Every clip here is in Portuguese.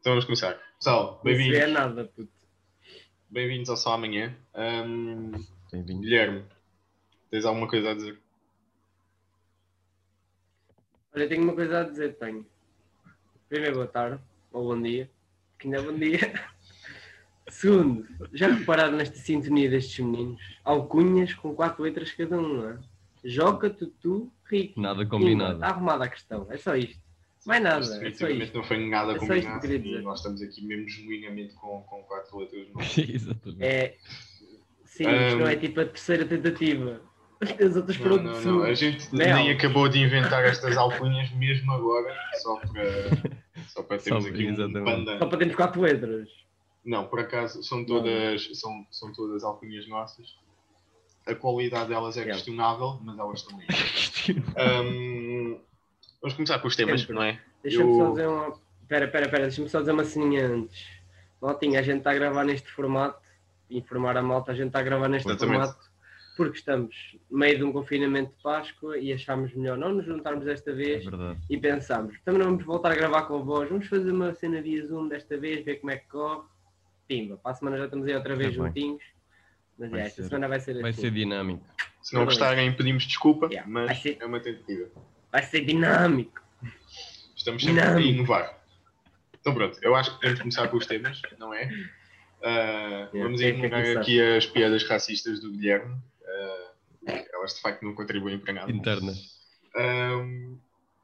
Então vamos começar. Pessoal, Não se vê bem-vindos. nada, puto. Bem-vindos ao Só Amanhã. Ahm, Bem-vindo. Guilherme, tens alguma coisa a dizer? Olha, tenho uma coisa a dizer, tenho. Primeiro, boa tarde, ou bom dia, que ainda é bom dia. Segundo, já repararam nesta sintonia destes meninos? Alcunhas com quatro letras cada um, não é? Joca, Tutu, Rico. Nada Está combinado. arrumada a questão, é só isto. Mais nada, Isto é só definitivamente isto. não foi nada É só isto que eu combinado queria e dizer. nós estamos aqui mesmo genuinamente com, com quatro letras. no nome. Exatamente. É... Sim, isto Ahm. não é tipo a terceira tentativa. As outras Não, foram de não, é não. A segundo. gente Mel. nem acabou de inventar estas alcunhas mesmo agora, só para, só para termos Só- aqui um exatamente. Só pandan. para termos quatro letras. Não, por acaso são todas, são, são todas alcunhas nossas. A qualidade delas é Yeah. questionável, mas elas estão aí. Ahm, vamos começar com os temas, Sempre. não é? Deixa-me Eu- só dizer uma. Pera, pera, pera, deixa-me só dizer uma ceninha antes. Maltinha, a gente está a gravar neste formato, informar a malta, a gente está a gravar neste Exatamente. formato, porque estamos no meio de um confinamento de Páscoa e achámos melhor não nos juntarmos desta É vez verdade. e pensámos, também não vamos voltar a gravar com a voz, vamos fazer uma cena via Zoom desta vez, ver como é que corre. Pimba, para a semana já estamos aí outra vez Tá bem. juntinhos. Mas Vai é, esta ser- semana vai ser assim. Vai ser dinâmico. Se não gostarem, pedimos desculpa, Yeah. Vai mas ser- é uma tentativa. Vai ser dinâmico. Estamos sempre a Não. inovar. Então pronto, eu acho que temos de começar com os temas, não é? Ah, É, vamos quem é que quer ignorar começar? aqui as piadas racistas do Guilherme. Ah, elas de facto não contribuem para nada. Interna. Ahm,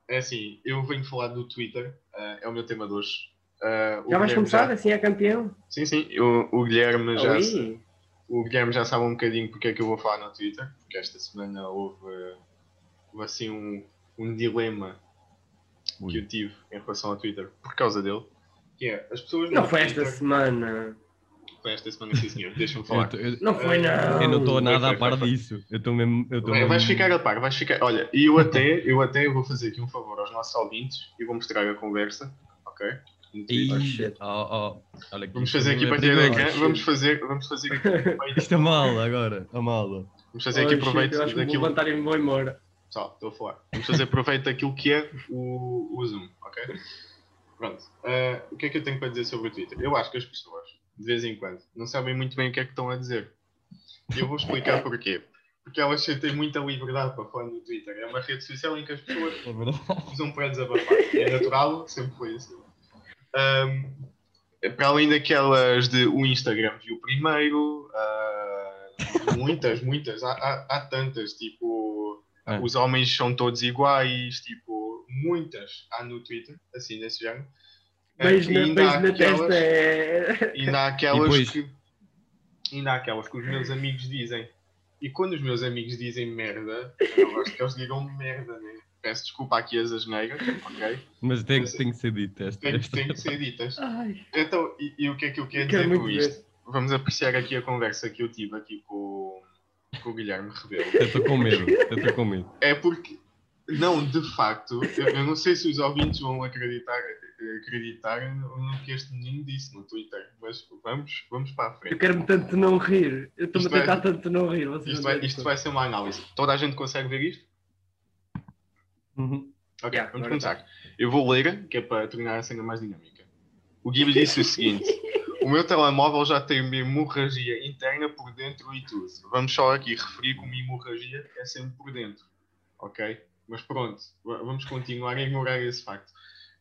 é assim, eu venho falar do Twitter, ah, é o meu tema de hoje. Ah, o Já vais Guilherme começar? já- Assim é campeão? Sim, sim, eu- o Guilherme já, Ui. o Guilherme já sabe um bocadinho porque é que eu vou falar no Twitter, porque esta semana houve, eh, houve assim um, um dilema Ui. que eu tive em relação ao Twitter por causa dele. Que é, as pessoas Não no foi Twitter- esta semana. Foi esta semana, sim senhor, deixa-me Eu, falar. tô- eu- Não foi, não. eu não estou nada Foi, a foi, par foi. disso. Eu estou mesmo. Eu tô Vai- mesmo... vais ficar a par, vais ficar. Olha, e eu até, eu até vou fazer aqui um favor aos nossos ouvintes e vou mostrar a conversa, ok? No Ih, Twitter. shit. ó, ó, olha aqui. Vamos fazer aqui partilha Primeiro- do primeiro- ecrã, vamos fazer, vamos fazer aqui um proveito- Isto é mala agora. A mala. vamos fazer aqui Oh, shit, proveito Eu acho que vou daquilo levantar e me vou embora. Pessoal, estou a falar. Vamos fazer proveito daquilo que é o, o Zoom, ok? Pronto. Ah, o que é que eu tenho para dizer sobre o Twitter? Eu acho que as pessoas, de vez em quando, não sabem muito bem o que é que estão a dizer. E eu vou explicar porquê. Porque elas sentem muita liberdade para falar no Twitter. É uma rede social em que as pessoas É verdade. usam para um desabafar. É natural, sempre foi assim. Ahm, para além daquelas de o Instagram viu primeiro, ah, muitas, muitas, há, há- há tantas, tipo, Ah. os homens são todos iguais, tipo, muitas há no Twitter, assim, desse género. Ah, Beijo na, ainda há beijo na aquelas- testa. É... Ainda há aquelas E depois? que. Ainda há aquelas que os meus amigos dizem. E quando os meus amigos dizem merda, eu não gosto que eles digam merda, né? Peço desculpa aqui as asneiras, ok? Mas tem, que- tem que ser dito esta. Tem, que- esta. tem que ser ditas. Ai, Então, e, e o que é que eu quero quero dizer muito com ver. isto? Vamos apreciar aqui a conversa que eu tive aqui com, com o Guilherme Rebelo. Eu estou com medo. Eu estou com medo. É porque, não, de facto, eu, eu não sei se os ouvintes vão acreditar, acreditar no no que este menino disse no Twitter, mas vamos, vamos para a Eu frente. quero-me tanto não rir. Eu estou-me Isto a vai- tentar tanto não rir. Vocês Isto não vai, têm isto noção. vai ser uma análise. Toda a gente consegue ver isto? Uhum. Ok, Yeah, vamos agora começar. Eu vou ler, que é para tornar a cena mais dinâmica. O Gui disse o seguinte: O meu telemóvel já tem uma hemorragia interna por dentro e tudo. Vamos só aqui referir como hemorragia é sempre por dentro. Ok? Mas pronto, va- vamos continuar a ignorar esse facto.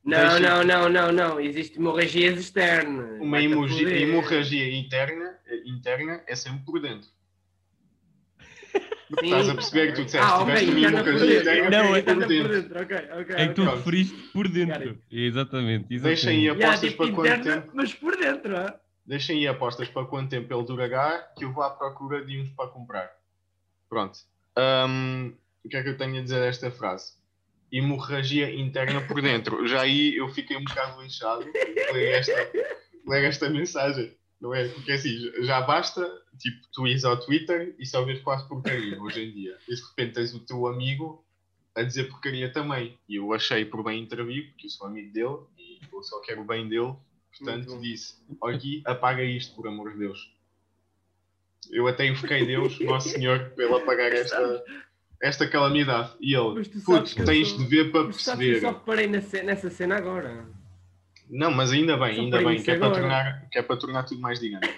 Não, Deixa- não, não, não, não. Existe hemorragias externas. Uma Vai-te a hemorgi- foder. hemorragia interna, eh, interna é sempre por dentro. Sim. Estás a perceber que tu disseste: Ah, ok. tiveste uma Interna por hemorragia dentro. interna Não, ok, é- por interna por dentro. dentro. Ok, ok. É que tu ok. Pronto. referiste por dentro. Exatamente. exatamente. Deixem aí Já, apostas tipo para quanto tempo. interna, mas por dentro. ah. Deixem aí apostas para quanto tempo ele durará, que eu vou à procura de uns para comprar. Pronto. Ahm, o que é que eu tenho a dizer desta frase? Hemorragia interna por dentro. Já aí eu fiquei um bocado lixado de ler esta, ler esta mensagem. Não é? Porque assim, já basta, tipo, tu ires ao Twitter e só vês quase porcaria hoje em dia. E de repente tens o teu amigo a dizer porcaria também. E eu achei por bem intervir, porque eu sou amigo dele e eu só quero o bem dele. Portanto, Muito bom. disse: aqui apaga isto, por amor de Deus. Eu até invoquei Deus, Nosso Senhor, para ele apagar esta, esta calamidade. E ele, Mas tu sabes putz, que eu tens sou- de ver para Mas sabes que eu perceber. só reparei na ce- nessa cena agora. Não, mas ainda bem, Só ainda para bem, isso que é, para agora. tornar, que é para tornar tudo mais dinâmico.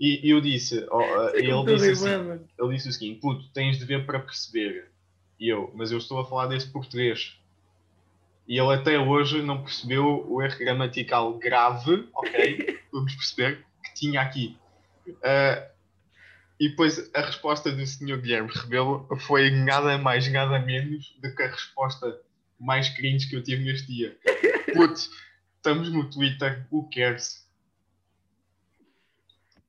E eu disse, ó, ele Tudo disse bem, assim, mano. ele disse o seguinte, puto, tens de ver para perceber. E eu, mas eu estou a falar desse português. E ele até hoje não percebeu o erro gramatical grave, ok? Vamos perceber, que tinha aqui. Ah, e depois a resposta do senhor Guilherme Rebelo foi nada mais, nada menos do que a resposta mais cringe que eu tive neste dia. Putz, estamos no Twitter, o cares?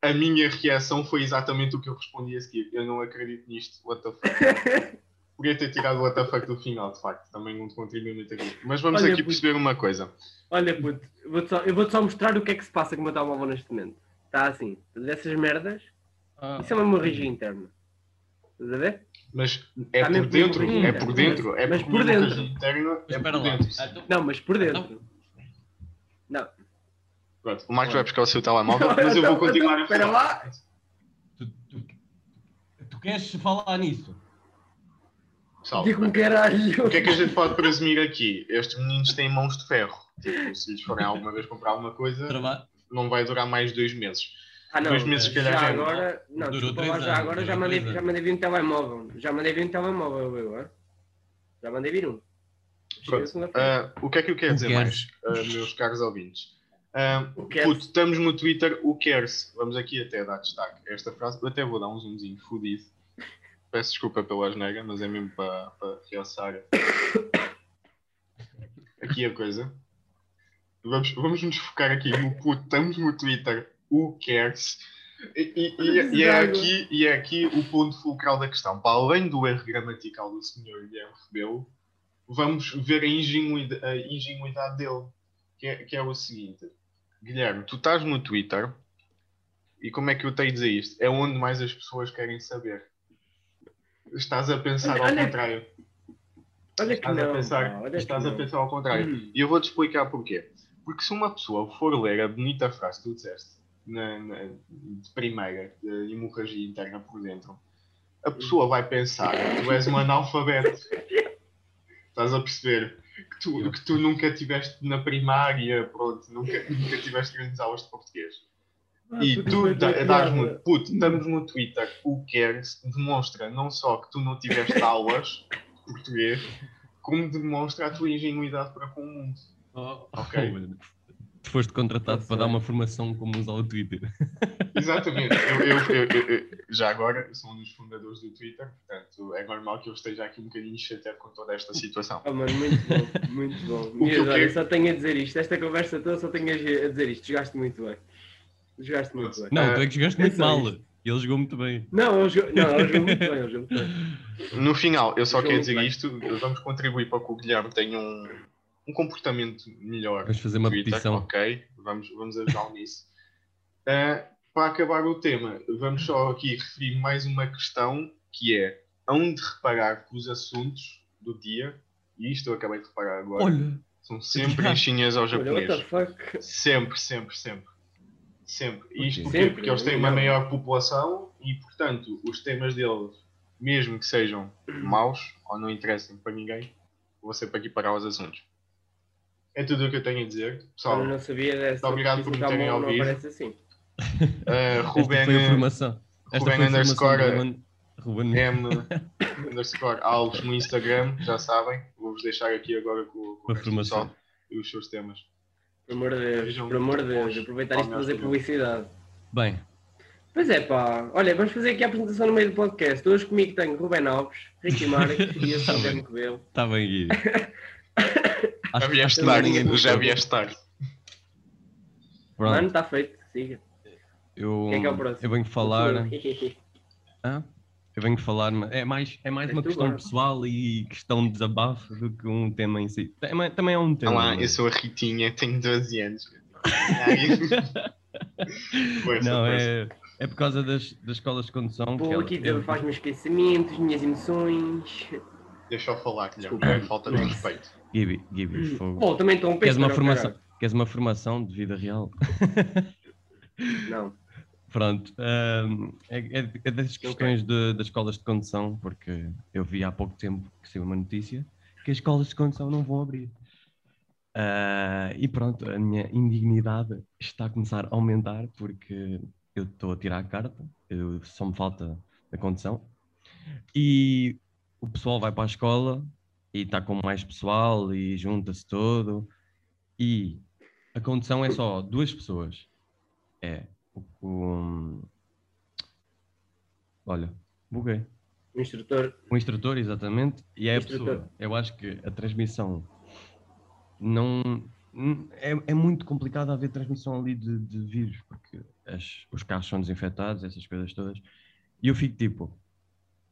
A minha reação foi exatamente o que eu respondi a seguir. Eu não acredito nisto, what the fuck. Podia ter tirado o what the fuck do final, de facto. Também não contribui muito aqui. Mas vamos Olha, aqui puto. perceber uma coisa. Olha, puto, vou-te só- eu vou-te só mostrar o que é que se passa com o meu telemóvel neste momento. Está assim, dessas merdas, Ah, isso é uma hemorragia interna. Estás a ver? Mas é Tá por mesmo com dentro, hemorragia é por interna. dentro, é Mas por por dentro. dentro. Interna, é espera por lá. dentro. sim. Ah, então- Não, mas por dentro. Pronto, o Marcos vai buscar o seu telemóvel, é. Não, mas eu vou então- continuar a então, espera falar. tu, tu- tu queres falar nisso? Pessoal, Digo-me caralho. O que é que a gente pode presumir aqui? Estes meninos têm mãos de ferro. Tipo, se lhes forem alguma vez comprar alguma coisa, Trava... não vai durar mais dois meses. Ah, não, Dois meses, se calhar, já já é agora, não, Durou desculpa três lá, já anos, agora durou já mandei, três já anos. mandei vir um telemóvel. Já mandei vir um telemóvel eu, hã? Já mandei vir um. Pronto. Chegou segunda-feira. Ah, o que é que eu quero O dizer cares? mais, ah, meus caros ouvintes? Ah, O que é? puto, estamos no Twitter, o cares? Vamos aqui até dar destaque a esta frase. Eu até vou dar um zoomzinho fodido. Peço desculpa pela asneira, mas é mesmo para, para realçar aqui a coisa. Vamos, vamos nos focar aqui no puto, estamos no Twitter, o cares? E, e- e- e é aqui, e é aqui o ponto fulcral da questão. Para além do erro gramatical do senhor Guilherme Rebelo, vamos ver a ingenuidade, a ingenuidade dele, que é, que é o seguinte. Guilherme, tu estás no Twitter, e como é que eu tenho a dizer isto? É onde mais as pessoas querem saber. Estás a pensar ao Olha- contrário. Olha que Estás a não. pensar, pá, olha que estás a não. pensar ao contrário. Hum. E eu vou-te explicar porquê. Porque se uma pessoa for ler a bonita frase que tu disseste, na, na- de primeira, de hemorragia interna por dentro, a pessoa vai pensar que tu és um analfabeto. Estás a perceber? Que tu, que tu nunca tiveste na primária, pronto, nunca, nunca tiveste grandes aulas de português. Ah, E puto, tu foi da- uma dás piada. muito, puto, estamos no Twitter, o cares demonstra não só que tu não tiveste aulas de português, como demonstra a tua ingenuidade para com o mundo. Oh, Ok. Tá oh, mano. Tu Foste contratado para dar uma formação como usar o Twitter. Exatamente. Eu, eu- eu- eu- eu- já agora sou um dos fundadores do Twitter, portanto é normal que eu esteja aqui um bocadinho chateado com toda esta situação. Ah, mano, muito bom, muito bom. que eu Miúdo, olha, quero- só tenho a dizer isto. Esta conversa toda só tenho a a dizer isto. Jogaste muito bem. Jogaste muito bem. Não, Ah, tu é que jogaste é muito só mal. isto. Ele jogou muito bem. Não, eu jogo, não, eu jogo muito bem, eu jogo muito bem. No final, eu só Jogo quero dizer bem. isto, vamos contribuir para que o Guilherme tenha um, um comportamento melhor. Vamos fazer uma Twitter, petição. Ok, vamos, vamos ajudá-lo nisso. Ah, para acabar o tema, vamos só aqui referir mais uma questão que é onde reparar que os assuntos do dia, e isto eu acabei de reparar agora, Olha, são sempre em chinês ao Olha, what japonês. the fuck? Sempre, sempre, sempre. Sempre. E Isto quê? porquê? Sempre, Porque eles têm uma não. maior população e, portanto, os temas deles, mesmo que sejam maus ou não interessem para ninguém, vou sempre aqui parar os assuntos. É tudo o que eu tenho a dizer. Pessoal, Hum. Eu não sabia dessa. Obrigado porque por isso me terem não ouvido. aparece assim. eh, esta foi a Ruben formação. Esta Ruben foi a formação underscore- é- do Ruben- Ruben. M underscore Alves no Instagram, já sabem. Vou-vos deixar aqui agora com, o- com o Uma resto do formação. pessoal e os seus temas. Pelo amor de Deus, Sejam pelo amor de Deus, bons. aproveitar isto para fazer publicidade. Bem, Pois é, pá. Olha, vamos fazer aqui a apresentação no meio do podcast. Hoje comigo tenho Ruben Alves, Ricky Marques e eu sou o Tá bem. Guilherme Covelo. está bem, Gui. Já Acho que- acho vieste que ninguém tarde, já gostou. vieste tarde. Mano, Pronto, está tá feito, siga. eu, Quem é que é o próximo? eu venho falar. Hã? Eu venho falar, mas é mais, é mais És uma tu, questão Barba. pessoal e questão de desabafo do que um tema em si. Também, também é um tema. Olha lá, não é? eu sou a Ritinha, tenho 12 anos. Força, Não, força. é, é por causa das, das escolas de condução. que Vou ela- aqui dizer, faz-me esquecimentos, minhas emoções. Deixa eu falar, Guilherme. Desculpa. é falta de Nossa. respeito. Gibi, Gibi, fogo. Oh, também estão um Queres peixe. uma, não, formação, queres uma formação de vida real? caralho. Não. Pronto. ahm, é, é- é das questões de- das escolas de condução, porque eu vi há pouco tempo que saiu uma notícia que as escolas de condução não vão abrir. Ah, e pronto, a minha indignidade está a começar a aumentar porque eu estou a tirar a carta, eu, só me falta a condição. E o pessoal vai para a escola e está com mais pessoal e junta-se todo. E a condição é só duas pessoas. É o. o- olha, buguei. O Um instrutor, O Um instrutor, exatamente, e é a Um Instrutor. pessoa. Eu acho que a transmissão não. n- É, é muito complicado haver transmissão ali de, de vírus, porque as- os carros são desinfetados, essas coisas todas. E eu fico tipo,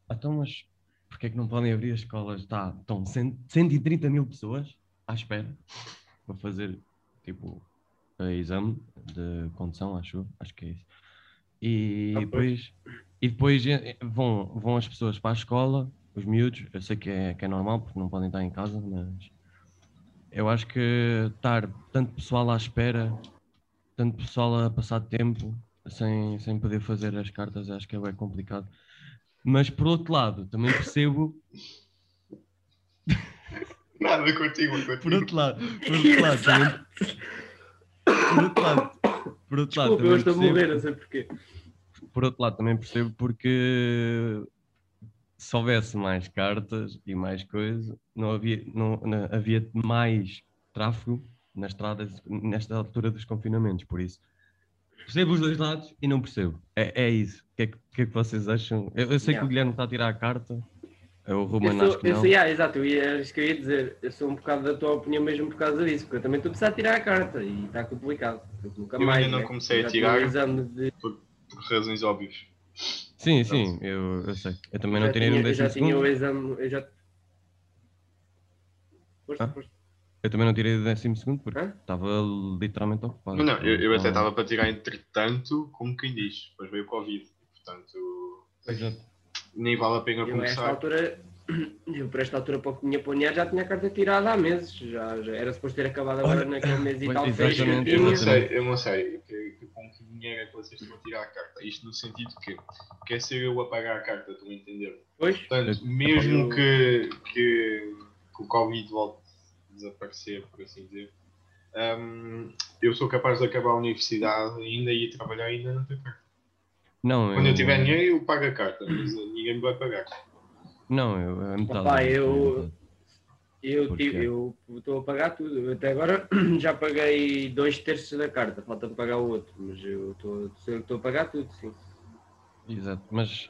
"Ah, então, mas porquê é que não podem abrir as escolas? Tá, estão cen- 130 mil pessoas à espera para fazer, tipo, eh, exame de condução, acho, eu, acho que é isso. E Ah, depois, e depois eh, vão, vão as pessoas para a escola, os miúdos, eu sei que é, que é normal porque não podem estar em casa, mas eu acho que estar tanto pessoal à espera, tanto pessoal a passar tempo sem, sem poder fazer as cartas, acho que é bem complicado. Mas por outro lado, também percebo, Nada, contigo, contigo. por outro lado, por outro lado, também, por outro lado, por outro lado, desculpa, eu estou também a percebo- morrer, não sei porquê. por outro lado também percebo porque se houvesse mais cartas e mais coisa, não havia, não, não- havia mais tráfego nas estradas nesta altura dos confinamentos, por isso. Percebo os dois lados e não percebo. É, é isso. O que, é que, o que é que vocês acham? Eu, eu sei que Yeah. o Guilherme está a tirar a carta. Eu, o Eu Ruben acho sou, que eu não. sou, yeah, exato, eu ia, era isso que eu ia dizer. Eu sou um bocado da tua opinião mesmo por causa disso, porque eu também estou a precisar tirar a carta e está complicado. portanto, Nunca Eu ainda mais, não né? comecei a Já tinha tirar. um exame de- Por razões óbvias. Sim, sim, eu, eu sei. Eu também não já tirei tinha- um eu já décimo tinha o segundo. exame, eu já. Força, Ah? força. Eu também não tirei o décimo segundo porque Hã? estava literalmente ocupado. Mas não, eu, eu até Então, estava para tirar entretanto, como quem diz. Depois veio o Covid. Portanto, exato. nem vale a pena Eu a esta começar. altura, eu por esta altura para o que tinha planeado já tinha a carta tirada há meses, já, já era suposto ter acabado agora Olha, naquele mês e pois, tal. Eu, fez exatamente, eu não juntinho. sei, eu não sei que, que- com que dinheiro é que vocês estão a tirar a carta. Isto no sentido que quer ser eu a pagar a carta, estão a entender? Pois, Portanto, Eu- mesmo eu- que, que, que o Covid volte a desaparecer, por assim dizer, hum, eu sou capaz de acabar a universidade, ainda ir trabalhar, ainda não tenho carta. Não, Quando eu Hum. tiver dinheiro, eu pago a carta, mas ninguém me vai pagar. Não, eu, é metade. Opá, é metade, eu- é metade. eu Porque- é. tive- eu estou a pagar tudo. Eu Até agora já paguei dois terços da carta, falta de pagar o outro, mas eu estou- sou eu que estou a pagar tudo, sim. Exato, mas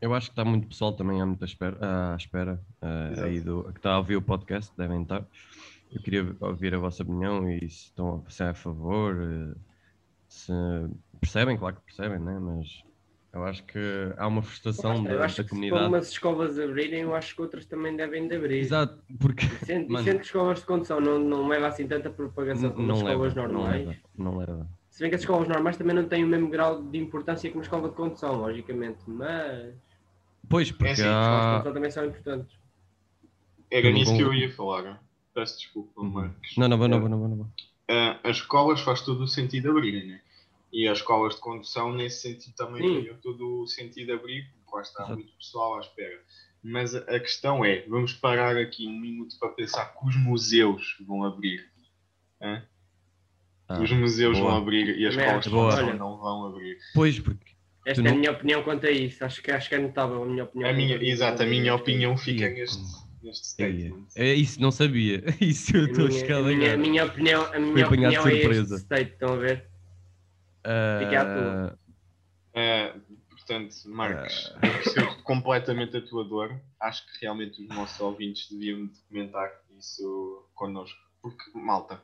eu acho que está muito pessoal também há muita espera, à espera ah, Exato. aí do, que está a ouvir o podcast, devem estar. Eu queria ouvir a vossa opinião e se estão se é a favor, eh, se percebem, claro que percebem, né? mas eu acho que há uma frustração eu da, acho da que se comunidade. algumas escolas abrirem, eu acho que outras também devem de abrir. Exato, porque E sendo, e Mano. sendo que escolas de condução não, não leva assim tanta propagação como as não leva, escolas não normais. leva, não leva. Se bem que as escolas normais também não têm o mesmo grau de importância que uma escola de condução, logicamente, mas Pois, porque assim, as escolas de há, condução também são importantes. Era Eu não nisso que eu vou- ia falar. Peço desculpa, Uhum. Marcos. Não, não vou, não vou, não vou. Não vou. Ah, as escolas faz todo o sentido abrirem, né? E as escolas de condução, nesse sentido, também Sim. fariam todo o sentido abrir, porque lá está Exato. muito pessoal à espera. Mas a a questão é: vamos parar aqui um minuto para pensar que os museus vão abrir. hã? Ah, os museus boa. vão abrir e as Merda, escolas de boa. condução Olha. não vão abrir. Pois, porque Esta Tu é a não- minha opinião quanto a isso, acho que, acho que é notável a minha opinião. A minha, exato, a minha opinião fica Ia, neste, neste Ei, statement. É isso, não sabia. É Isso eu A estou a minha, a chegar minha, a agora. minha opinião, a minha apanhado de opinião é este surpresa. state, estão a ver? Ah, fiquei à toa. Ah, portanto, Marcos, Ah. eu percebo completamente a tua dor. Acho que realmente os nossos ouvintes deviam documentar isso connosco. Porque, malta,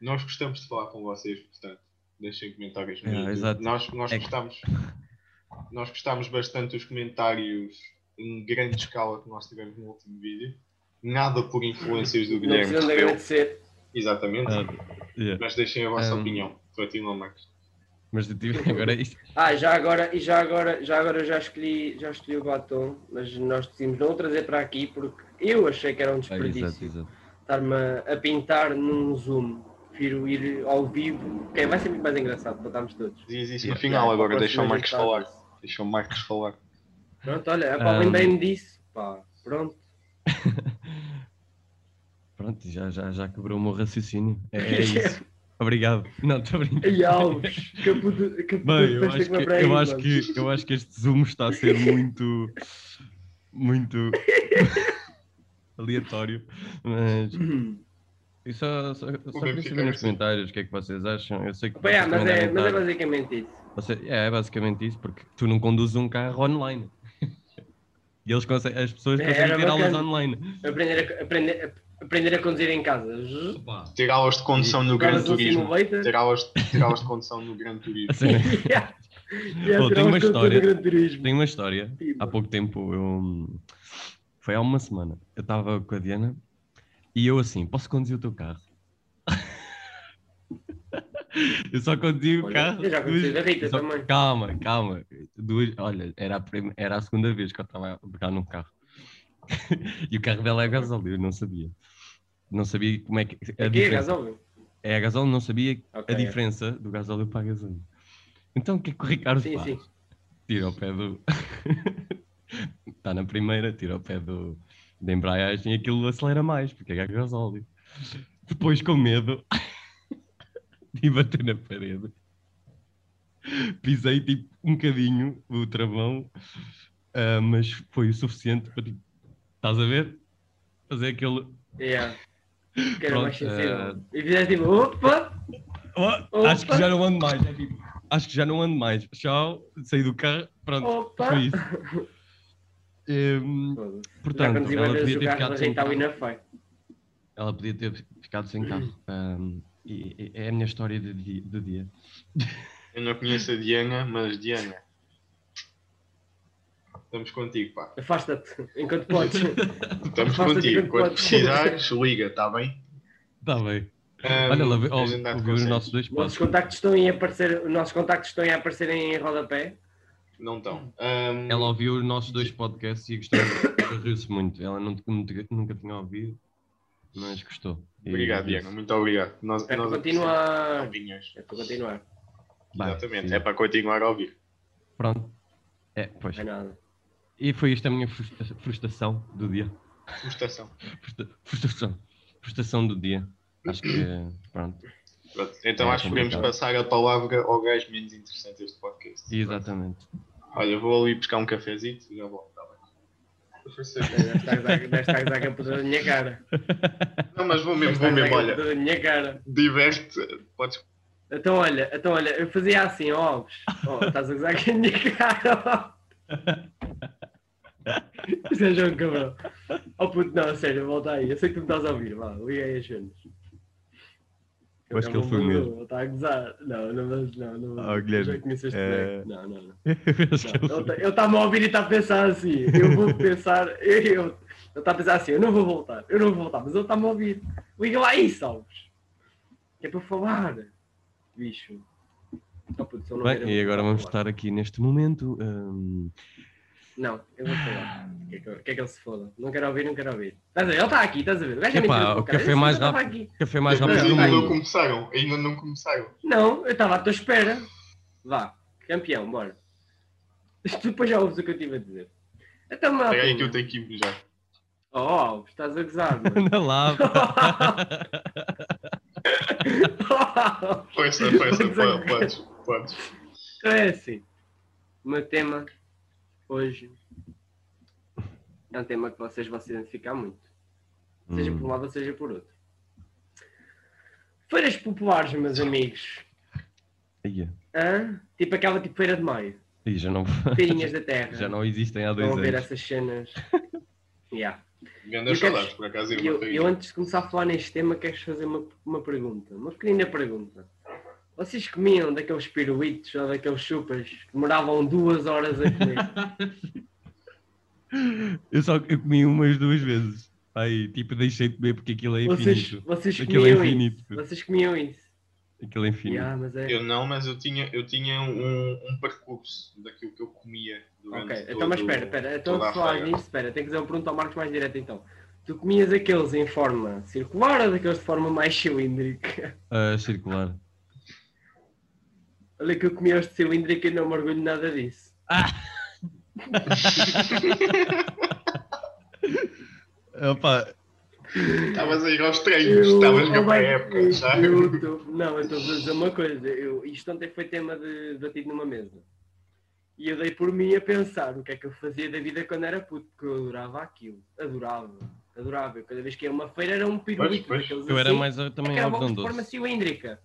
nós gostamos de falar com vocês, portanto, deixem comentários. no É, YouTube. exato. Nós, nós, É que- gostamos, nós gostamos bastante dos comentários em grande escala que nós tivemos no último vídeo. Nada por influências do Não Guilherme. precisam de Rebelo. agradecer. Exatamente. ah, yeah. Mas deixem a vossa Um, opinião. Continua, Marcos. Mas eu tive agora é isto. Ah, já agora, e já agora, já agora eu já escolhi, já escolhi o batom, mas nós decidimos não o trazer para aqui porque eu achei que era um Ah, desperdício. exato, exato. estar-me a- a pintar num Zoom. Prefiro ir ao vivo. Ok, vai ser muito mais engraçado para estarmos todos. Diz isso no yeah. final Yeah, agora. para Deixa o Marcos próxima falar. gente estar- Deixa o Marcos falar. Pronto, olha, é pá, Um, lembrei-me disso. Pá, pronto. Pronto, já, já, já quebrou o meu raciocínio. É, é isso. Obrigado. Não, estou a brincar. Ei, Alves, que puto, que puto Bem, eu festa acho, me que, aprendi, eu, acho mano. que, eu acho que este zoom está a ser muito. muito. aleatório. Mas. Uhum. Eu só, só, só que é queria que saber é nos isso? comentários o que é que vocês acham. Eu sei que. Pá, yeah, vocês mas, também é, devem mas é estar- basicamente isso. você- é, é basicamente isso, porque tu não conduzes um carro online. E eles conseguem, as pessoas É, conseguem era ter aulas bacana. online. Aprender a, aprender, a- aprender a conduzir em casa. Opa. Ter aulas de condução no Gran Agora sou Turismo. simulator. Ter aulas, ter aulas de condução no Gran Turismo. A sério. Yeah. Pô, Yeah, tenho uma tirava-se todo história. o Gran Turismo. Tenho Assim, Ah, uma história. Sim, Há mano. pouco tempo, eu... foi há uma semana, eu estava com a Diana e eu assim, posso conduzir o teu carro? eu só conduzi o Olha, carro. eu já conduzi da Rita eu só- também. Calma, calma. Duas... Olha, era a, prim- era a segunda vez que eu estava a pegar num carro. e o carro dela é gasóleo, eu não sabia. Não sabia como é que. A Aqui é diferença- gasóleo. é a gasóleo, não sabia Ok. a diferença do gasóleo para a gasolina. Então o que é que o Ricardo Sim, faz? sim. Tira o pé do. Está na primeira, tira o pé do... da embreagem e aquilo acelera mais, porque é gasóleo. Depois, com medo, de bater na parede, pisei tipo um bocadinho o travão, ah, mas foi o suficiente para tipo. Estás a ver? Fazer aquele. Yeah. Que era mais Pronto, eh, sensível. E fizeste tipo, opa! Oh, Opa! acho que já não ando mais. é tipo, acho que já não ando mais. Tchau, saí do carro, pronto, Opa! foi isso. Hum, Foda-se. já portanto, conduzi ela várias vezes podia, o carro, ter ficado mas sem estava carro. ainda feio. ela podia ter ficado sem carro. Hum, e- e- é a minha história do dia. do dia. Eu não conheço a Diana, mas Diana. Estamos contigo, pá. Afasta-te, enquanto podes. Estamos Faça contigo. aquilo que Quando podes. precisares, liga, está bem? Está Tá bem. Ahm, Olha, ela a gente dá-te ouviu os conselhos. nossos dois passos. Nossos contactos estão a aparecer, os nossos contactos estão a aparecer em rodapé. Não estão. Ela ouviu os nossos dois podcasts e gostou. Riu-se muito. Ela não, nunca, nunca tinha ouvido, mas gostou. E Obrigado, riu-se. Diana. Muito obrigado. Nós, É para nós continuar. Vinhas. É para continuar. Vai, Exatamente. sim. É para continuar a ouvir. Pronto. É, pois. É nada. E foi esta a minha frustra- frustração do dia. Frustração. Frusta- Frustração. Frustração do dia. Acho que, pronto. Pronto, Então É acho que podemos complicado. passar a palavra ao gajo menos interessante deste podcast. Exatamente. Olha, vou ali buscar um cafezinho e já volto, tá bem? É Desta a captura é da minha cara. Não, mas vou mesmo, Desta vou a mesmo, olha. captura da minha cara. Diverte, podes. Então olha, então olha, eu fazia assim, ó, Alves, ó, estás a gozar com a minha cara, ó. Seja um cabrão. Oh puto, não, a sério, volta aí, eu sei que tu me estás a ouvir, vá, liga aí as cenas. Eu acho que ele não foi vou- mesmo. Ele está a gozar. Não, não vamos, não, não vamos. Ah, o Guilherme, Já conheço este eh, boneco. Não, não, não. Acho que Não, ele- Ele está-me a ouvir e está a pensar assim. Eu vou pensar. Eu, eu, ele está a pensar assim, eu não vou voltar, eu não vou voltar, mas ele está-me a ouvir. Liga lá isso, Alves. Que é para falar. Bicho. Oh, puto, se eu não Bem, quero, e eu vou agora vamos falar. estar aqui neste momento. hum, Não, eu vou falar. Que é que, eu- que é que ele se foda? Não quero ouvir, não quero ouvir. Estás a ver? Ele está aqui, estás a ver? O gajo é Epá, mentiroso, o cara. café Eu mais estava rápido. aqui. café mais Mas rápido do ainda não mundo. começaram, ainda não começaram. Não, eu estava à tua espera. Vá, campeão, bora. Tu depois já ouves o que eu tive a dizer. Então, mal. Espera aí que eu tenho que ir já. Oh, Alves, estás a gozar, mano. Anda lá. então Força, força, po- podes, podes. é assim. O meu tema hoje é um tema que vocês vão se identificar muito. Seja Hum. por um lado, seja por outro. Feiras populares, meus amigos. Ia. Hã? Tipo aquela tipo feira de maio. Ih, já, não, Feirinhas da terra. já não existem há dois Estão a ver anos. essas cenas. Yeah. Grandes Eu quero- saudades, por acaso. E é Eu, Eu, um. eu antes de começar a falar neste tema, quero fazer uma, uma pergunta, uma pequenina pergunta. Vocês comiam daqueles piruitos ou daqueles chupas que demoravam duas horas a comer? Eu só eu comi umas duas vezes. Aí, tipo, deixei de comer porque aquilo é vocês, infinito. vocês Aquilo é comiam infinito. isso? Vocês comiam isso? Aquilo é infinito. Yeah, mas é... eu não, mas eu tinha, eu tinha um, um percurso daquilo que eu comia durante Ok, então todo- mas espera, espera. Então toda a se falar feira. nisso, espera, tenho que fazer uma pergunta ao Marcos mais direta então. Tu comias aqueles em forma circular ou daqueles de forma mais cilíndrica? Ah, circular. Olha que eu comia os de cilíndrica e não me orgulho nada disso. Opa, Estavas a ir aos treinos, estavas na oh, boa vai, época, já. eu tô- não, eu estou a dizer uma coisa. Eu, isto ontem foi tema de debatido numa mesa. E eu dei por mim a pensar o que é que eu fazia da vida quando era puto, porque eu adorava aquilo. Adorava, adorava. Eu, cada vez que ia a uma feira era um pirulito. pois. daqueles Eu era assim, mais a- também é Acabou algodão de forma doce. cilíndrica.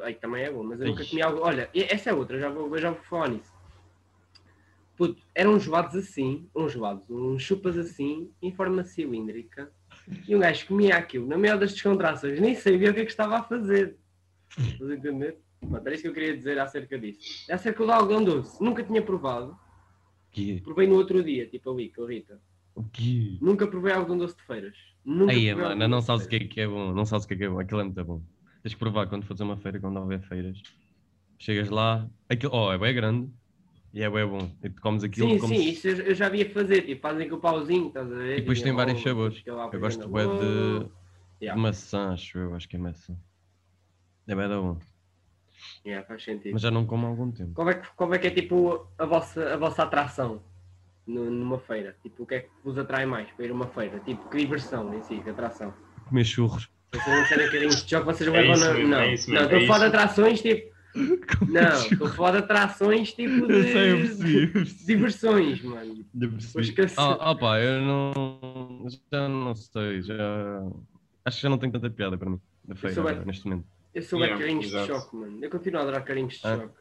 Ai, também é bom, mas eu nunca Ai. comi algo. Olha, e- essa é outra, já vou, já vou falar nisso. Puto, eram joados assim, uns joados, uns chupas assim, em forma cilíndrica. E um gajo comia aquilo, na maior das descontrações, nem sabia o que é que estava a fazer. Estás a entender? Pronto, era isso que eu queria dizer acerca disso. É acerca do algodão doce. Nunca tinha provado. Que, Provei no outro dia, tipo ali, com a Rita. que... Nunca provei algodão doce de feiras. Nunca Aí, provei mano, algodão não doce de sabes o que feiras. é que é bom, não sabes o que é que é bom, aquilo é muito bom. Tens que provar quando fores a uma feira, quando houver feiras. Chegas lá, aquilo, oh, é bem grande e é bem bom. E tu comes aquilo Sim, como sim, se- isso eu eu já via fazer, tipo, fazem com o pauzinho, estás a ver? E depois tem a vários roupa, sabores. fica lá Eu fazendo gosto a bué de, roupa. Yeah. de maçã, acho eu, acho que é maçã. É bem da bom, Yeah, faz sentido. mas já não como há algum tempo. Qual, é que, qual é que é, tipo, a vossa, a vossa atração nu- numa feira? Tipo, o que é que vos atrai mais para ir a uma feira? Tipo, que diversão em si, que atração? Comer churros. Vocês não querem carinhos de choque, vocês não É levam isso na... mesmo, não, é isso não, mesmo, estou é a falar de isso. atrações, tipo... Não, estou a falar de atrações, tipo, Eu sei, eu de... percebi, eu percebi. Diversões, mano. Eu Pois percebi. que assim- Ah, ah pá, eu não. Já não sei, já. Acho que já não tem tanta piada para mim, da feira, sou bem- agora, neste momento. Eu sou bem Yeah, carinhos de exato. choque, mano. Eu continuo a adorar carinhos de Ah. choque.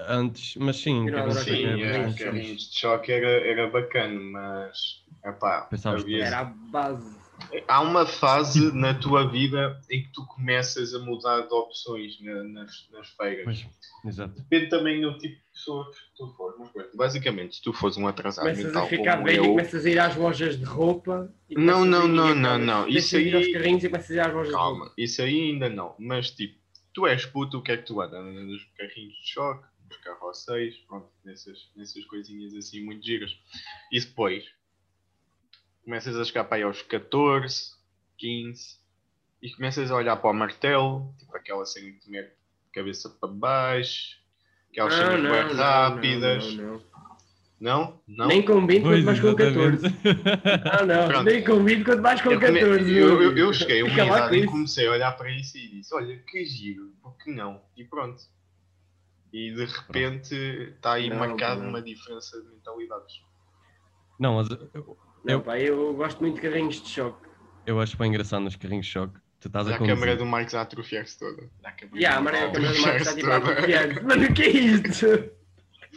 Antes, mas sim, Eu não quero adoro dizer que Sim, aquele é é, bastante carinhos. carinhos de choque era, era bacana, mas. Epá, Pensavas havia- Era a base... Há uma fase na tua vida em que tu começas a mudar de opções na- nas, nas feiras. Pois, exato. Depende também do tipo de pessoa que tu fores. Mas, pronto, basicamente, se tu fores um atrasado Começas mental a ficar como velho e eu, começas a ir às lojas de roupa. e Não, começas não, a ir não, não, a- não. deixas Isso de aí- ir aos carrinhos e começas a ir às lojas de calma, isso aí ainda não. Mas tipo, tu és puto, o que é que tu andas? Andas nos carrinhos de choque, nos carrosséis, pronto, nessas, nessas coisinhas assim muito giras. E depois começas a chegar para aí aos 14, 15 e começas a olhar para o martelo, tipo aquela cena que te mete de cabeça para baixo, aquelas roupa. cenas bem é rápidas. não, não, Não? Não? não. Nem com 20, quanto Pois, mais com exatamente. 14. Não, não, Pronto. nem com 20, quanto mais com Eu, come- 14. eu, eu- eu cheguei a uma Fica lá com idade e isso. comecei a olhar para isso e disse: Olha, que giro, por que não? E pronto. E de repente está aí Não, marcada não. uma diferença de mentalidades. Não, mas eu, Não, pá, eu gosto muito de carrinhos de choque. eu acho bem engraçado nos carrinhos de choque. Tu estás Dá a a câmara é conduzir. do Marcos a atrofiar-se toda. Dá a câmara E a Maria Marcos Câmara do Marcos está tipo a atrofiar-se toda. confiar. Mano, o que é isto?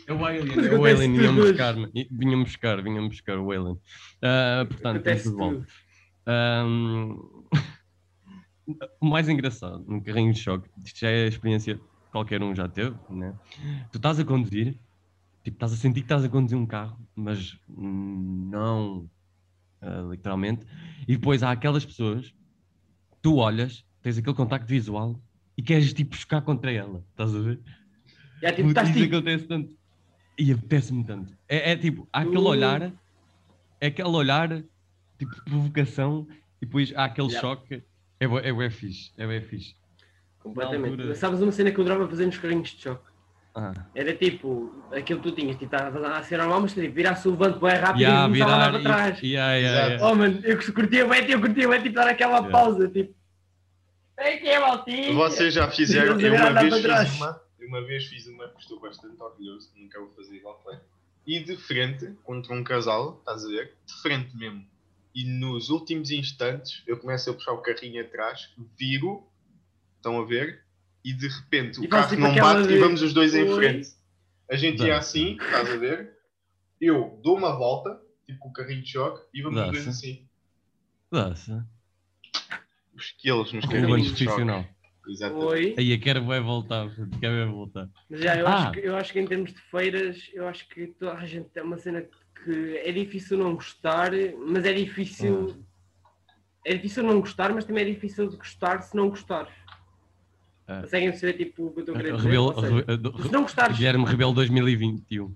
É o Alien, Acontece é o Alien, vinha-me tudo buscar, vinha-me buscar, vinha-me buscar o Alien. Ah, portanto, Acontece tudo bom. tudo. Ahm, o mais engraçado no carrinho de choque, isto já é a experiência que qualquer um já teve, né? Tu estás a conduzir, tipo, estás a sentir que estás a conduzir um carro, mas hum, não ah, literalmente, e depois há aquelas pessoas, tu olhas, tens aquele contacto visual e queres tipo chocar contra ela, estás a ver? Já tipo, Puta, estás isso tipo. acontece tanto. E apetece-me tanto. É, é tipo, há aquele Uh. olhar, é aquele olhar, tipo, de provocação, e depois há aquele Yeah. choque. É bué, é bué fixe, é bué fixe. Completamente. altura- Mas Sabes uma cena que eu adorava fazer nos carrinhos de choque? Ah, Era tipo, aquilo que tu tinhas, tipo, estava a ser normal, mas tipo, virar-se o levante bem rápido yeah, e começava lá virar, para Ah. e- trás. yeah, yeah, yeah. Oh, mano, eu curtia bem, eu curtia bem, tipo, dar aquela Yeah. pausa, tipo... Ei, que é, maltinho? Vocês já fizeram, eu uma Andar para vez trás. fiz uma, eu uma vez fiz uma que estou bastante orgulhoso, nunca vou fazer igual foi. E de frente, contra um casal, estás a ver? De frente mesmo. E nos últimos instantes, eu começo a puxar o carrinho atrás, viro, estão a ver? E de repente o E faz carro tipo não aquela bate de- e vamos os dois em Oi. frente. A gente Dá. ia assim, estás a ver? Eu dou uma volta, tipo com o carrinho de choque, e vamos os Dá-se. dois assim. Dá-se. Um Os quilos nos Romano carrinhos de choque. profissional. Exatamente. Oi. Aí eu quero bem voltar, puto, quero bem voltar. Mas já, eu, Ah. acho que, eu acho que em termos de feiras, eu acho que toda a gente tem uma cena que é difícil não gostar, mas é difícil... Hum. É difícil não gostar, mas também é difícil de gostar se não gostares. Ah. Conseguem perceber, tipo, o que eu estou a querer dizer? Rebelo, Ou seja, Rebe- se não gostares Guilherme Rebelo 2021.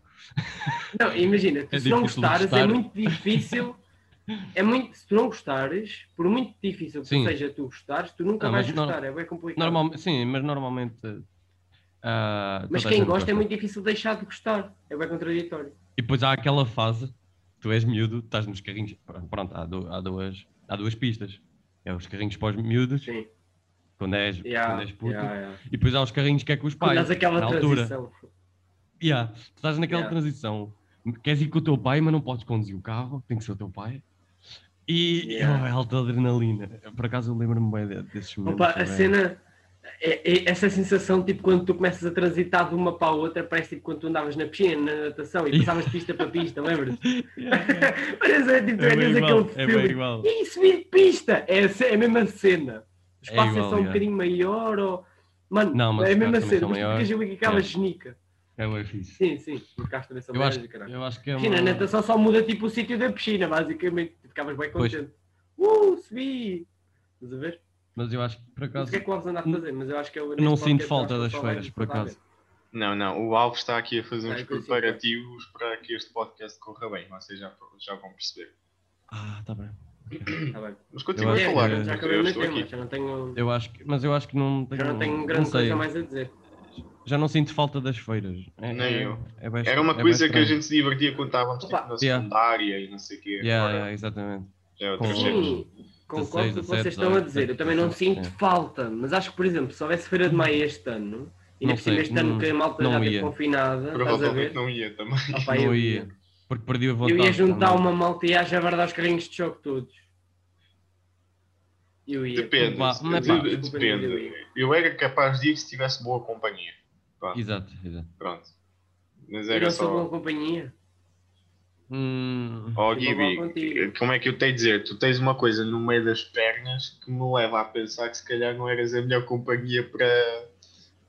Não, imagina, tu É se não difícil gostares gostar. é muito difícil. É muito, se tu não gostares, por muito difícil que Sim. seja tu gostares, tu nunca Ah, vais mas nor- gostar, é bem complicado. Normal, sim, mas normalmente. ah, mas toda a quem gente gosta, é muito difícil deixar de gostar, é bem contraditório. E depois há aquela fase, tu és miúdo, estás nos carrinhos, pr- pronto, há, du- há duas, há duas pistas. É os carrinhos para os miúdos, Sim. quando és, Yeah, quando és puto, yeah, yeah. e depois há os carrinhos que é com os Quando pais. dás aquela na altura. transição. Yeah, tu estás naquela Yeah. transição. Queres ir com o teu pai, mas não podes conduzir o carro, tem que ser o teu pai. E Yeah. oh, é alta adrenalina. Por acaso eu lembro-me bem de- desses momentos. Opa, a também. cena, é- é essa sensação, tipo, quando tu começas a transitar de uma para a outra, parece tipo quando tu andavas na piscina, na natação, e passavas de pista para pista, lembras-te? Yeah, Parece tipo, tu É bem olhas É igual, aquele é filme, bem igual. e subir de pista! É, a ce- é a mesma cena. O É espaço é, igual, só um yeah. bocadinho maior, ou... Mano, Não, mas é a os mesma carros cena, também são mas tu maiores. ficas ali com aquela Yeah. genica. É bem fixe. Sim, sim, os carros também são Eu maiores acho, e caralho. eu acho que é uma... Imagina, a natação só muda tipo o sítio da piscina, basicamente. Tu Ficavas bem Pois. contente. Uh, subi! Estás a ver? Mas eu acho que por Não sei acaso o que é que o Alves anda a fazer, mas eu acho que é o. eu não sinto falta das é feiras, por acaso. Não, não, o Alves está aqui a fazer Vai, uns coisa preparativos para que este podcast corra bem, vocês já, já vão perceber. Ah, tá bem. Está bem. Mas continua acho a que- falar, eu já eu, acabei o meu estou tema, aqui. já não tenho, Eu acho que, mas eu acho que não tenho, já não tenho não grande sei, coisa mais a dizer. já não sinto falta das feiras. É- Nem é- eu. é bem- Era é uma bem coisa que a estranho. gente se divertia quando estávamos tipo, Opa. na Yeah. secundária e não sei o quê. Yeah, Agora yeah, exatamente. Já é Com- outra coisa. Sim, concordo com o que 16, vocês estão a dizer. Eu também não 17, sinto falta, mas acho que, por exemplo, se houvesse feira de maio este ano, e Não ainda por cima sei, este ano não- que a malta não já esteve ia. confinada, estás a Provavelmente ver? não ia também. Ah, pá, Não eu, ia. ia. Porque perdi a eu vontade. ia juntar também. uma malta e ia jabar os carrinhos de choque todos. Eu ia. Depende. Vá, mas de- pá. de- depende. Eu era capaz de ir se tivesse boa companhia. Exato, exato. Pronto. Mas Eu era não sou boa é só. companhia. Hum, Ó, Eu vou lá Gibi, contigo. como é que eu tenho a dizer? Tu tens uma coisa no meio das pernas que me leva a pensar que se calhar não eras a melhor companhia para,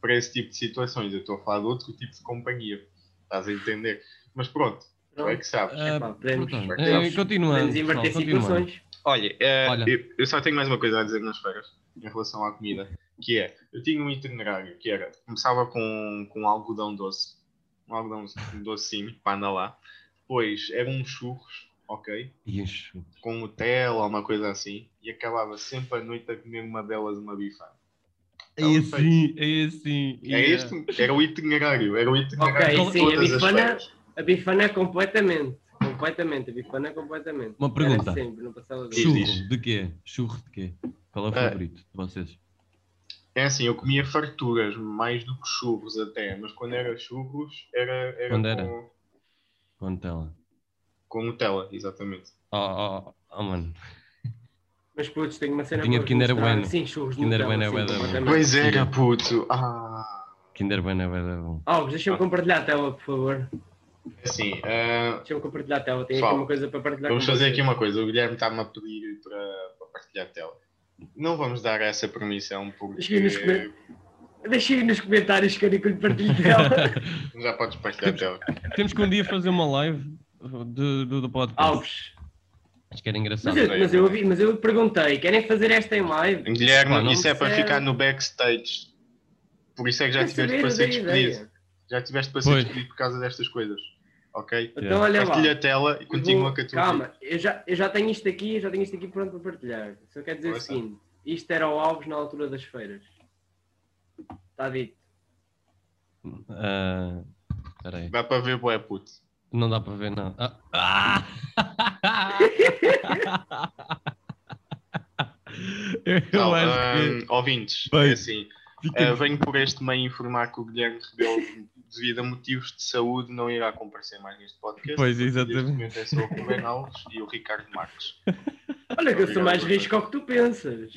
para esse tipo de situações. Eu estou a falar de outro tipo de companhia. Estás a entender? Mas pronto, tu é que sabes. ah, pá, podemos- portanto, podemos- eh, continuando, Podemos pessoal, inverter continuando. situações. Olha, eh, Olha. Eu, eu só tenho mais uma coisa a dizer nas feiras em relação à comida, que é, eu tinha um itinerário que era, começava com, com algodão doce, um algodão docinho para andar lá, depois eram uns churros, ok, E enxu- com Nutella ou uma coisa assim, e acabava sempre à noite a comer uma delas uma bifana. É Então, assim, é assim. Era este, era o itinerário, era o Ok, itinerário de sim, a todas as bifana- feiras. A bifana é completamente. Completamente, a bifana é completamente. Uma pergunta. Era sempre, não passava de... Sim. Churro diz. de quê? Churro de quê? Qual é o Ah. favorito de vocês? É assim, eu comia farturas, mais do que churros até, mas quando era churros, era, era, Quando era? Com, Com Nutella. com Nutella, exatamente. Oh, oh, oh, mano. Mas putz, tenho uma cena Tinha para de Kinder vos mostrar. Bueno. Sim, churros de Kinder Nutella, sim, Bueno é bué da bom. completamente. Pois era, Sim. puto. Ah, Kinder Bueno é bué da bom. Alves, deixa-me compartilhar a tela, por favor. assim, ah, Deixa-me compartilhar a tela, tenho Pessoal, aqui uma coisa para partilhar vamos com fazer vocês. aqui uma coisa. O Guilherme está-me a pedir para, para partilhar a tela. Não vamos dar essa permissão Escreve-nos porque comer. Deixem aí nos comentários que eu nem partilho dela. já podes partilhar a tela. Temos que um dia fazer uma live do, do, do podcast. Alves, Acho que era engraçado. mas eu, mas, é. eu ouvi, mas eu perguntei, querem fazer esta em live? Guilherme, Pá, não isso é para disseram. ficar no backstage. Por isso é que já Quer tiveste saber? para Eu ser dei despedido. ideia. Já tiveste para ser Pois. despedido por causa destas coisas. Ok? Então olha lá. Partilha a tela e Eu continua vou- com a tua vida. Calma, eu já, eu já tenho isto aqui, eu já tenho isto aqui pronto para partilhar. Só quero dizer Força. o seguinte: isto era o Alves na altura das feiras. Está dito. Ah, peraí. Dá para ver, boé, puto. Não dá para ver, não. Ah! Ah! eu Não, acho que. hum, ouvintes, Bem. é assim. fica- Uh, venho por este meio informar que o Guilherme Rebelo, devido a motivos de saúde, não irá comparecer mais neste podcast. Pois, Neste exatamente. momento é só o Rubén Alves e o Ricardo Marques. Olha, que eu sou Obrigado, mais Bruno. risco ao que tu pensas.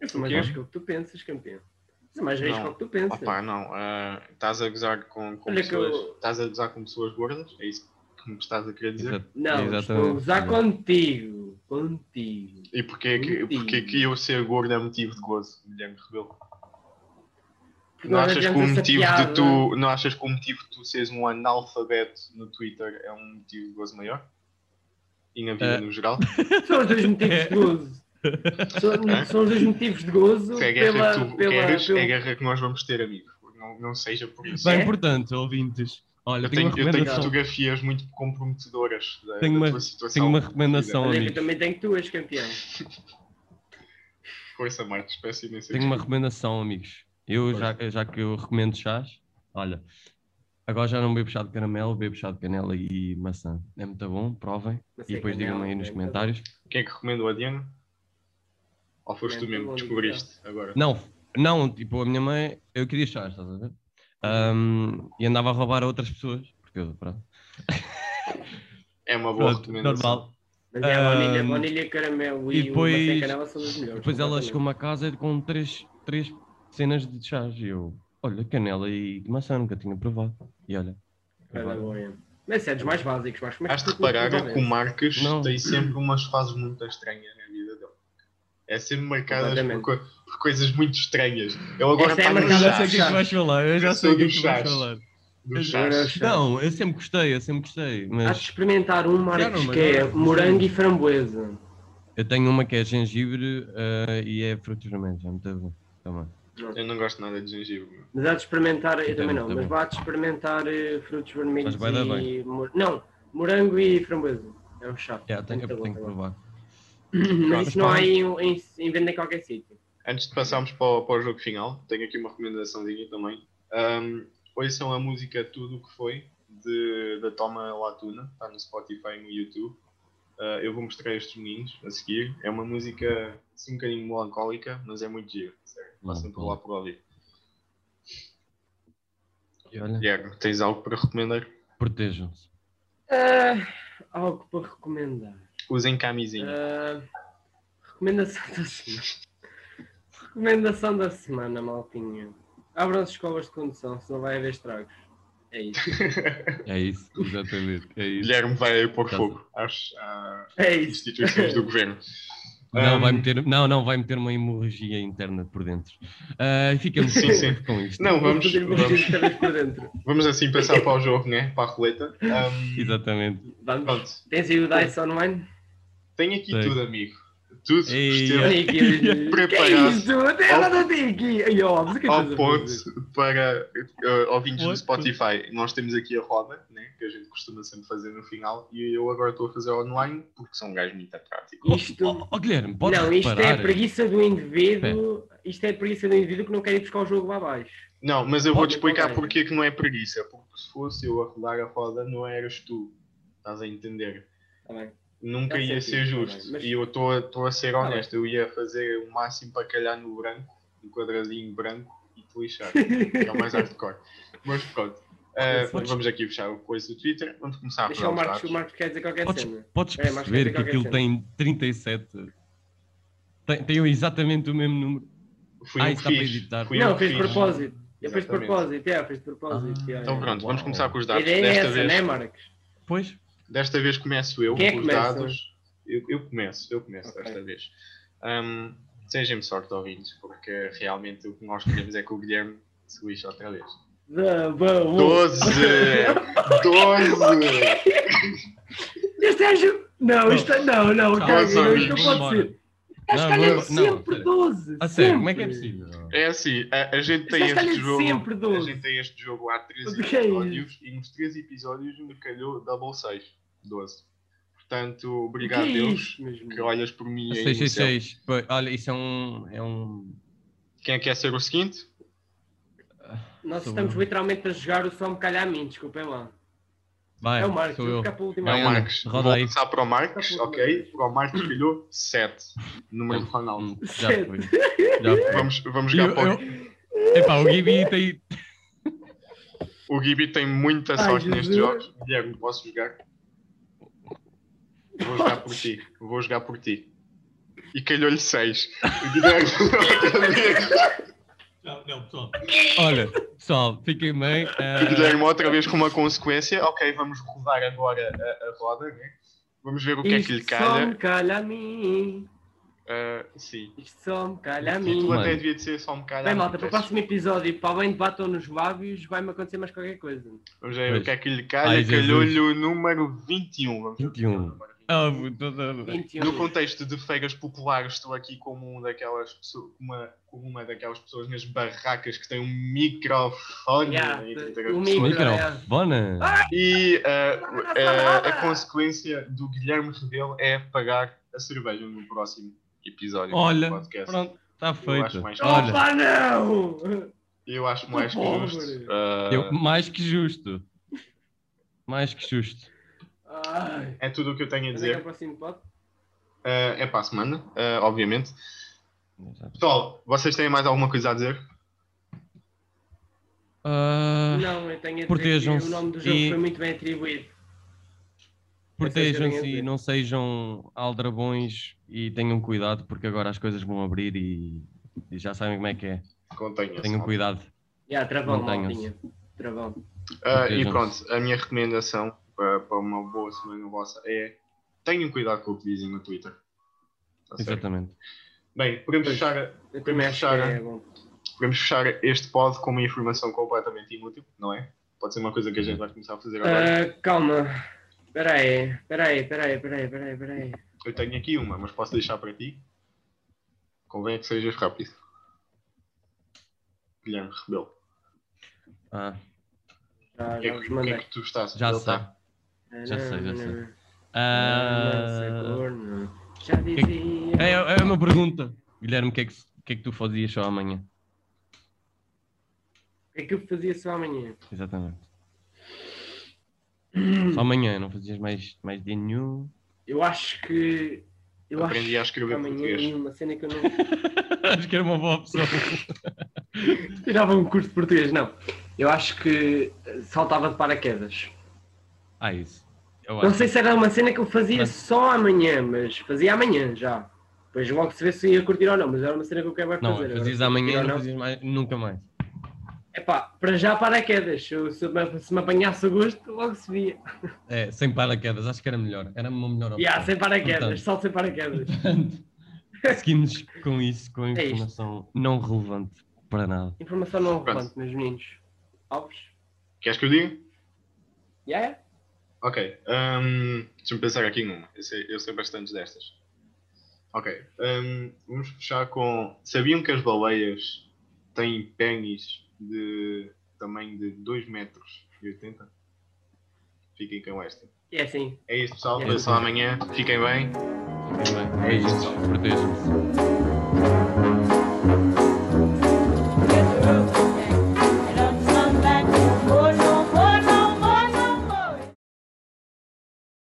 Eu sou mais quê? risco ao que tu pensas, campeão. Eu sou mais risco Não. ao que tu pensas. Opa, não. uh, estás a gozar com, com Olha que pessoas. eu- Estás a gozar com pessoas gordas? É isso que me estás a querer dizer? Exato- não, estou a exatamente. usar contigo. Contigo. E porquê que, Mentira. porquê que eu ser gordo é motivo de gozo, Guilherme Rebelo? Porque Não nós achas, que o tivemos essa motivo piada. de tu, não achas que o motivo de tu seres um analfabeto no Twitter é um motivo de gozo maior? E na vida Eh. no geral? São os dois motivos de gozo. São, são os dois motivos de gozo Se é guerra que pela, tu pela, queres, pelo- é guerra que nós vamos ter, amigo. Não, não seja por isso. Bem, É? portanto, ouvintes, olha, eu, tenho, tenho, uma eu tenho recomendação. fotografias muito comprometedoras da, Tenho da uma- tua situação. tenho uma de vida. recomendação. Olha, é que eu amigos. também tenho tuas, campeão. Força, Marcos, peço imensa Tenho uma recomendação, amigos. Eu, já, já que eu recomendo chás, olha, Agora já não bebo chá de caramelo, bebo chá de canela e maçã. É muito bom, provem. Mas E é depois canela, digam aí nos é comentários. Quem é que recomendou a Diana? Ou foste tu Recomendo mesmo o que Lodi, descobriste agora? Não, não, tipo, a minha mãe, eu queria chá, estás a ver? Ahm, e andava a roubar a outras pessoas, porque eu, pronto. É uma boa Pronto, recomendação. normal. Mas é a Ah, baunilha, baunilha caramelo e, e o maçã depois- e canela são os melhores. Depois ela completamente. chegou-me a casa com três, três cenas de chás e eu, olha, canela e maçã, nunca tinha provado. E olha. Era agora- boa, é. Mas é dos mais básicos, acho. Mas Has de reparar que o Marcos Não. tem sempre umas fases muito estranhas na vida dele. É sempre marcadas por, Completamente. co- por coisas muito estranhas. Ele agora Esta é está no Eu já sei chá. o que é que vais falar, eu já Eu sei o sou que é dos que vais chás. falar. do chá. Agora- Não, eu sempre gostei, eu sempre gostei, Há de mas experimentar um Marcos Claro, mas que é não é- morango e framboesa. eu tenho uma que é gengibre eh, e é frutos vermelhos, é muito bom também. Eu não gosto nada de gengibre. meu. Mas há de experimentar, eu Então, também não, tá mas bom. vá de experimentar eh, frutos vermelhos Mas vai dar e mor- Não, morango e framboesa. É um chá. Yeah, tenho, eu Muito bom, tenho que muito bom. provar. Mas isso não há em, em, em venda em qualquer sítio. Antes de passarmos para o, para o jogo final, tenho aqui uma recomendaçãozinha também. Um, ouçam a música Tudo o que foi, de, da Toma Latuna, está no Spotify e no YouTube. Uh, eu vou mostrar estes meninos a seguir. É uma música assim um bocadinho melancólica, mas é muito giro. sério. Passem por lá por ouvir. E olha, Diego, tens algo para recomendar? protejam-se. Ah, algo para recomendar. Usem camisinha. Ah, recomendação da semana. Recomendação da semana, maltinha. Abram as escolas de condução, senão vai haver estragos. É isso. É isso, exatamente. É isso. Guilherme vai pôr Tá. fogo às, às É isso. instituições do governo. Não, Um, vai meter, não, não, vai meter uma hemorragia interna por dentro. Ah, e ficamos Sim, sim. com isto. Não, vamos, Vou fazer um vamos, vestido de cabeça por dentro. vamos assim passar para o jogo, né? Para a roleta. Um, Exatamente. Vamos. pronto. Tens aí o Dice Online? Tenho aqui Sei. tudo, amigo. Tudo Ei, possível Olha aqui, olha- Que Preparado. isso? Até ela não tem aqui. Ai, ó, mas o que é que ao estás a fazer? ponto para eh, ouvintes do Ponto. Spotify. Nós temos aqui a roda, né, que a gente costuma sempre fazer no final, e eu agora estou a fazer online porque sou um gajo muito prático. Isto- Oh, oh, Guilherme, podes não, isto é reparar? a preguiça do indivíduo. Isto é a preguiça do indivíduo que não quer ir buscar o jogo lá abaixo. Não, mas eu vou-te Pode, pode, explicar é. porque é que não é preguiça. Porque se fosse eu a rodar a roda, não eras tu. Estás a entender? Está Tá bem. Nunca É Eu ia ser sei que- justo. tá bem, mas- Tá E eu estou a- estou a ser bem. honesto. Eu ia fazer o máximo para calhar no branco, no quadradinho branco, e te lixar. que é o mais hardcore. Mas pronto. Uh, Podes- vamos aqui fechar o coisa do Twitter. Vamos começar a Deixa o rodar os Marcos, o dados. Marcos quer dizer qualquer Podes- cena. Podes Espera aí, Marcos, perceber quer que dizer aquilo É, qualquer tem 37. Tem, tem exatamente o mesmo número. Fui Ah, eu isso que dá para fiz. editar. Fui um eu não, que fez de fiz. propósito. Eu fiz de Exatamente. propósito, é, fiz de propósito. Ah, é, é. Então pronto, vamos Uau. começar com os A dados. ideia é Desta essa, não é, vez, Marcos? Pois, desta vez começo eu Quem é que com os começa? dados. Eu, eu começo, eu começo Ok. desta vez. Um, Sejam-me sorte, ouvintes, porque realmente o que nós queremos é que o Guilherme se lixe outra vez. Da- ba- o- 12! 12! Este é. ju- Não, isto é. Não, não, Calma, calma, não, isto amigos, não pode vamos ser. Estás Não, calhando vamos- não, sempre espera. 12. a sério, como é que é sempre. possível? É assim, a, a gente tem Estás este calhando jogo. sempre, a doze. gente tem este jogo há 3 O que é episódios e nos 3 episódios me calhou double 6, 12. Portanto, O que obrigado é Deus isto, mesmo? que olhas por mim aí. no céu. 666. Pois, Olha, isso é um. É um... Quem é que quer ser o seguinte? Nós Sou estamos eu. literalmente a jogar o som calhar a mim, desculpem lá. Vai, É o Marcos, sou vou eu. ficar para o último. É o Ana, Marcos. roda Vou aí. começar para o Marcos, Roda ok? aí. Para o Marcos calhou 7, número do Hum, Ronaldo. Já Sete. foi. Já foi. Vamos, vamos Eu, jogar para o- eu... Epá, o Gibi tem. O Gibi tem muita Ai, sorte nestes Jesus. jogos. Guilherme, posso jogar? Vou jogar por ti. Vou jogar por ti. E calhou-lhe 6. Guilherme, outra vez. Olha, pessoal, fiquem bem. ah, Guilherme, outra vez com uma consequência. Ok, vamos rodar agora a, a roda, né? Vamos ver o que é que lhe Isto só calha. me calha a mim. Ah, sim. Isto só me calha a Tu mim. Mano. até devia de ser só um bocado. Bem, malta, para o próximo episódio, para além de batom nos lábios, vai-me acontecer mais qualquer coisa. Vamos ver o Pois. que é que lhe calha. Ai, Jesus. Calhou-lhe o número 21. Vamos ver o que é que é o 21. número 21. ah, puta- 21. No contexto de feiras populares, estou aqui como, um daquelas pessoas, uma, como uma daquelas pessoas nas barracas que tem um microfone Yeah, entre o as micro. pessoas. Microfone. e ah, ah, a consequência do Guilherme Rebelo é pagar a cerveja no próximo episódio Olha, do podcast. tá Pronto, está Eu acho feito. mais Olha, Opa, não! Eu acho mais que pobre. justo. ah, Eu- mais que justo. Mais que justo. Ai. É tudo o que eu tenho a Quando é que é o dizer. próximo pod? Ah, é para a semana, ah, obviamente. Exato. Pessoal, vocês têm mais alguma coisa a dizer? Ah, Não, eu tenho a dizer que Protejam-se o nome do jogo e- foi muito bem atribuído. Protejam-se e dizer. assim, não sejam aldrabões e tenham cuidado porque agora as coisas vão abrir e, e já sabem como é que é. Contenham-se. Tenham cuidado. Yeah, travão, Mantenham-se. maldinha. Travão. Ah, e Protejam-se. pronto, a minha recomendação para, para uma boa semana vossa é tenham cuidado com o que dizem no Twitter. Tá certo? Exatamente. Bem, podemos Pois. fechar, Eu Primeiro também acho que chora. é bom. podemos fechar este pod com uma informação completamente inútil, não é? Pode ser uma coisa que a gente vai começar a fazer agora. Ah, calma. Espera aí, espera aí, espera aí, espera aí, espera aí, espera aí. Eu tenho aqui uma, mas posso deixar para ti. Convém que sejas rápido. Guilherme Rebelo. Ah, Já, O que, é já vos que, o que mandei. é que tu estás a já sei. perguntar? já sei, já Não, sei. não, não, não, é sei Ah, corno. Já que- dizia. é, é uma pergunta. Guilherme, o que, é que, o que é que tu fazias só amanhã? O que é que eu fazia só amanhã? Exatamente. Só amanhã, não fazias mais, mais dia nenhum. Eu acho que. Eu Aprendi a acho que escrever amanhã português. tinha uma cena que eu não. Acho que era uma boa opção. Tirava um curso de português, não. Eu acho que eh, saltava de paraquedas. Ah, isso. Eu Não acho. sei se era uma cena que eu fazia Mas- só amanhã, mas fazia amanhã já. Depois logo se vê se ia curtir ou não, mas era uma cena que eu quero vai Não, fazer. Agora, fazias se eu curtir ou amanhã e não não. fazias mais, nunca mais. Epá, para já paraquedas. Se, eu- se, eu- se me apanhasse o gosto, logo se via. É, sem paraquedas, acho que era melhor. Era uma melhor opção. Yeah, sem paraquedas, Portanto. salto sem paraquedas. Portanto, seguimos com isso, com É isto. informação não relevante para nada. Informação não Pronto. relevante, meus meninos. Alves? Queres que eu diga? Yeah? Ok. hum, Deixa-me pensar aqui numa. Eu sei, eu sei bastantes destas. Ok. hum, vamos fechar com. Sabiam que as baleias têm pênis de tamanho de 2 metros e 80? Fiquem com esta. É assim. É isto, pessoal. É. Até só amanhã. Fiquem bem. Fiquem bem. É isso. Beijinhos. Protejam-se. Tchau.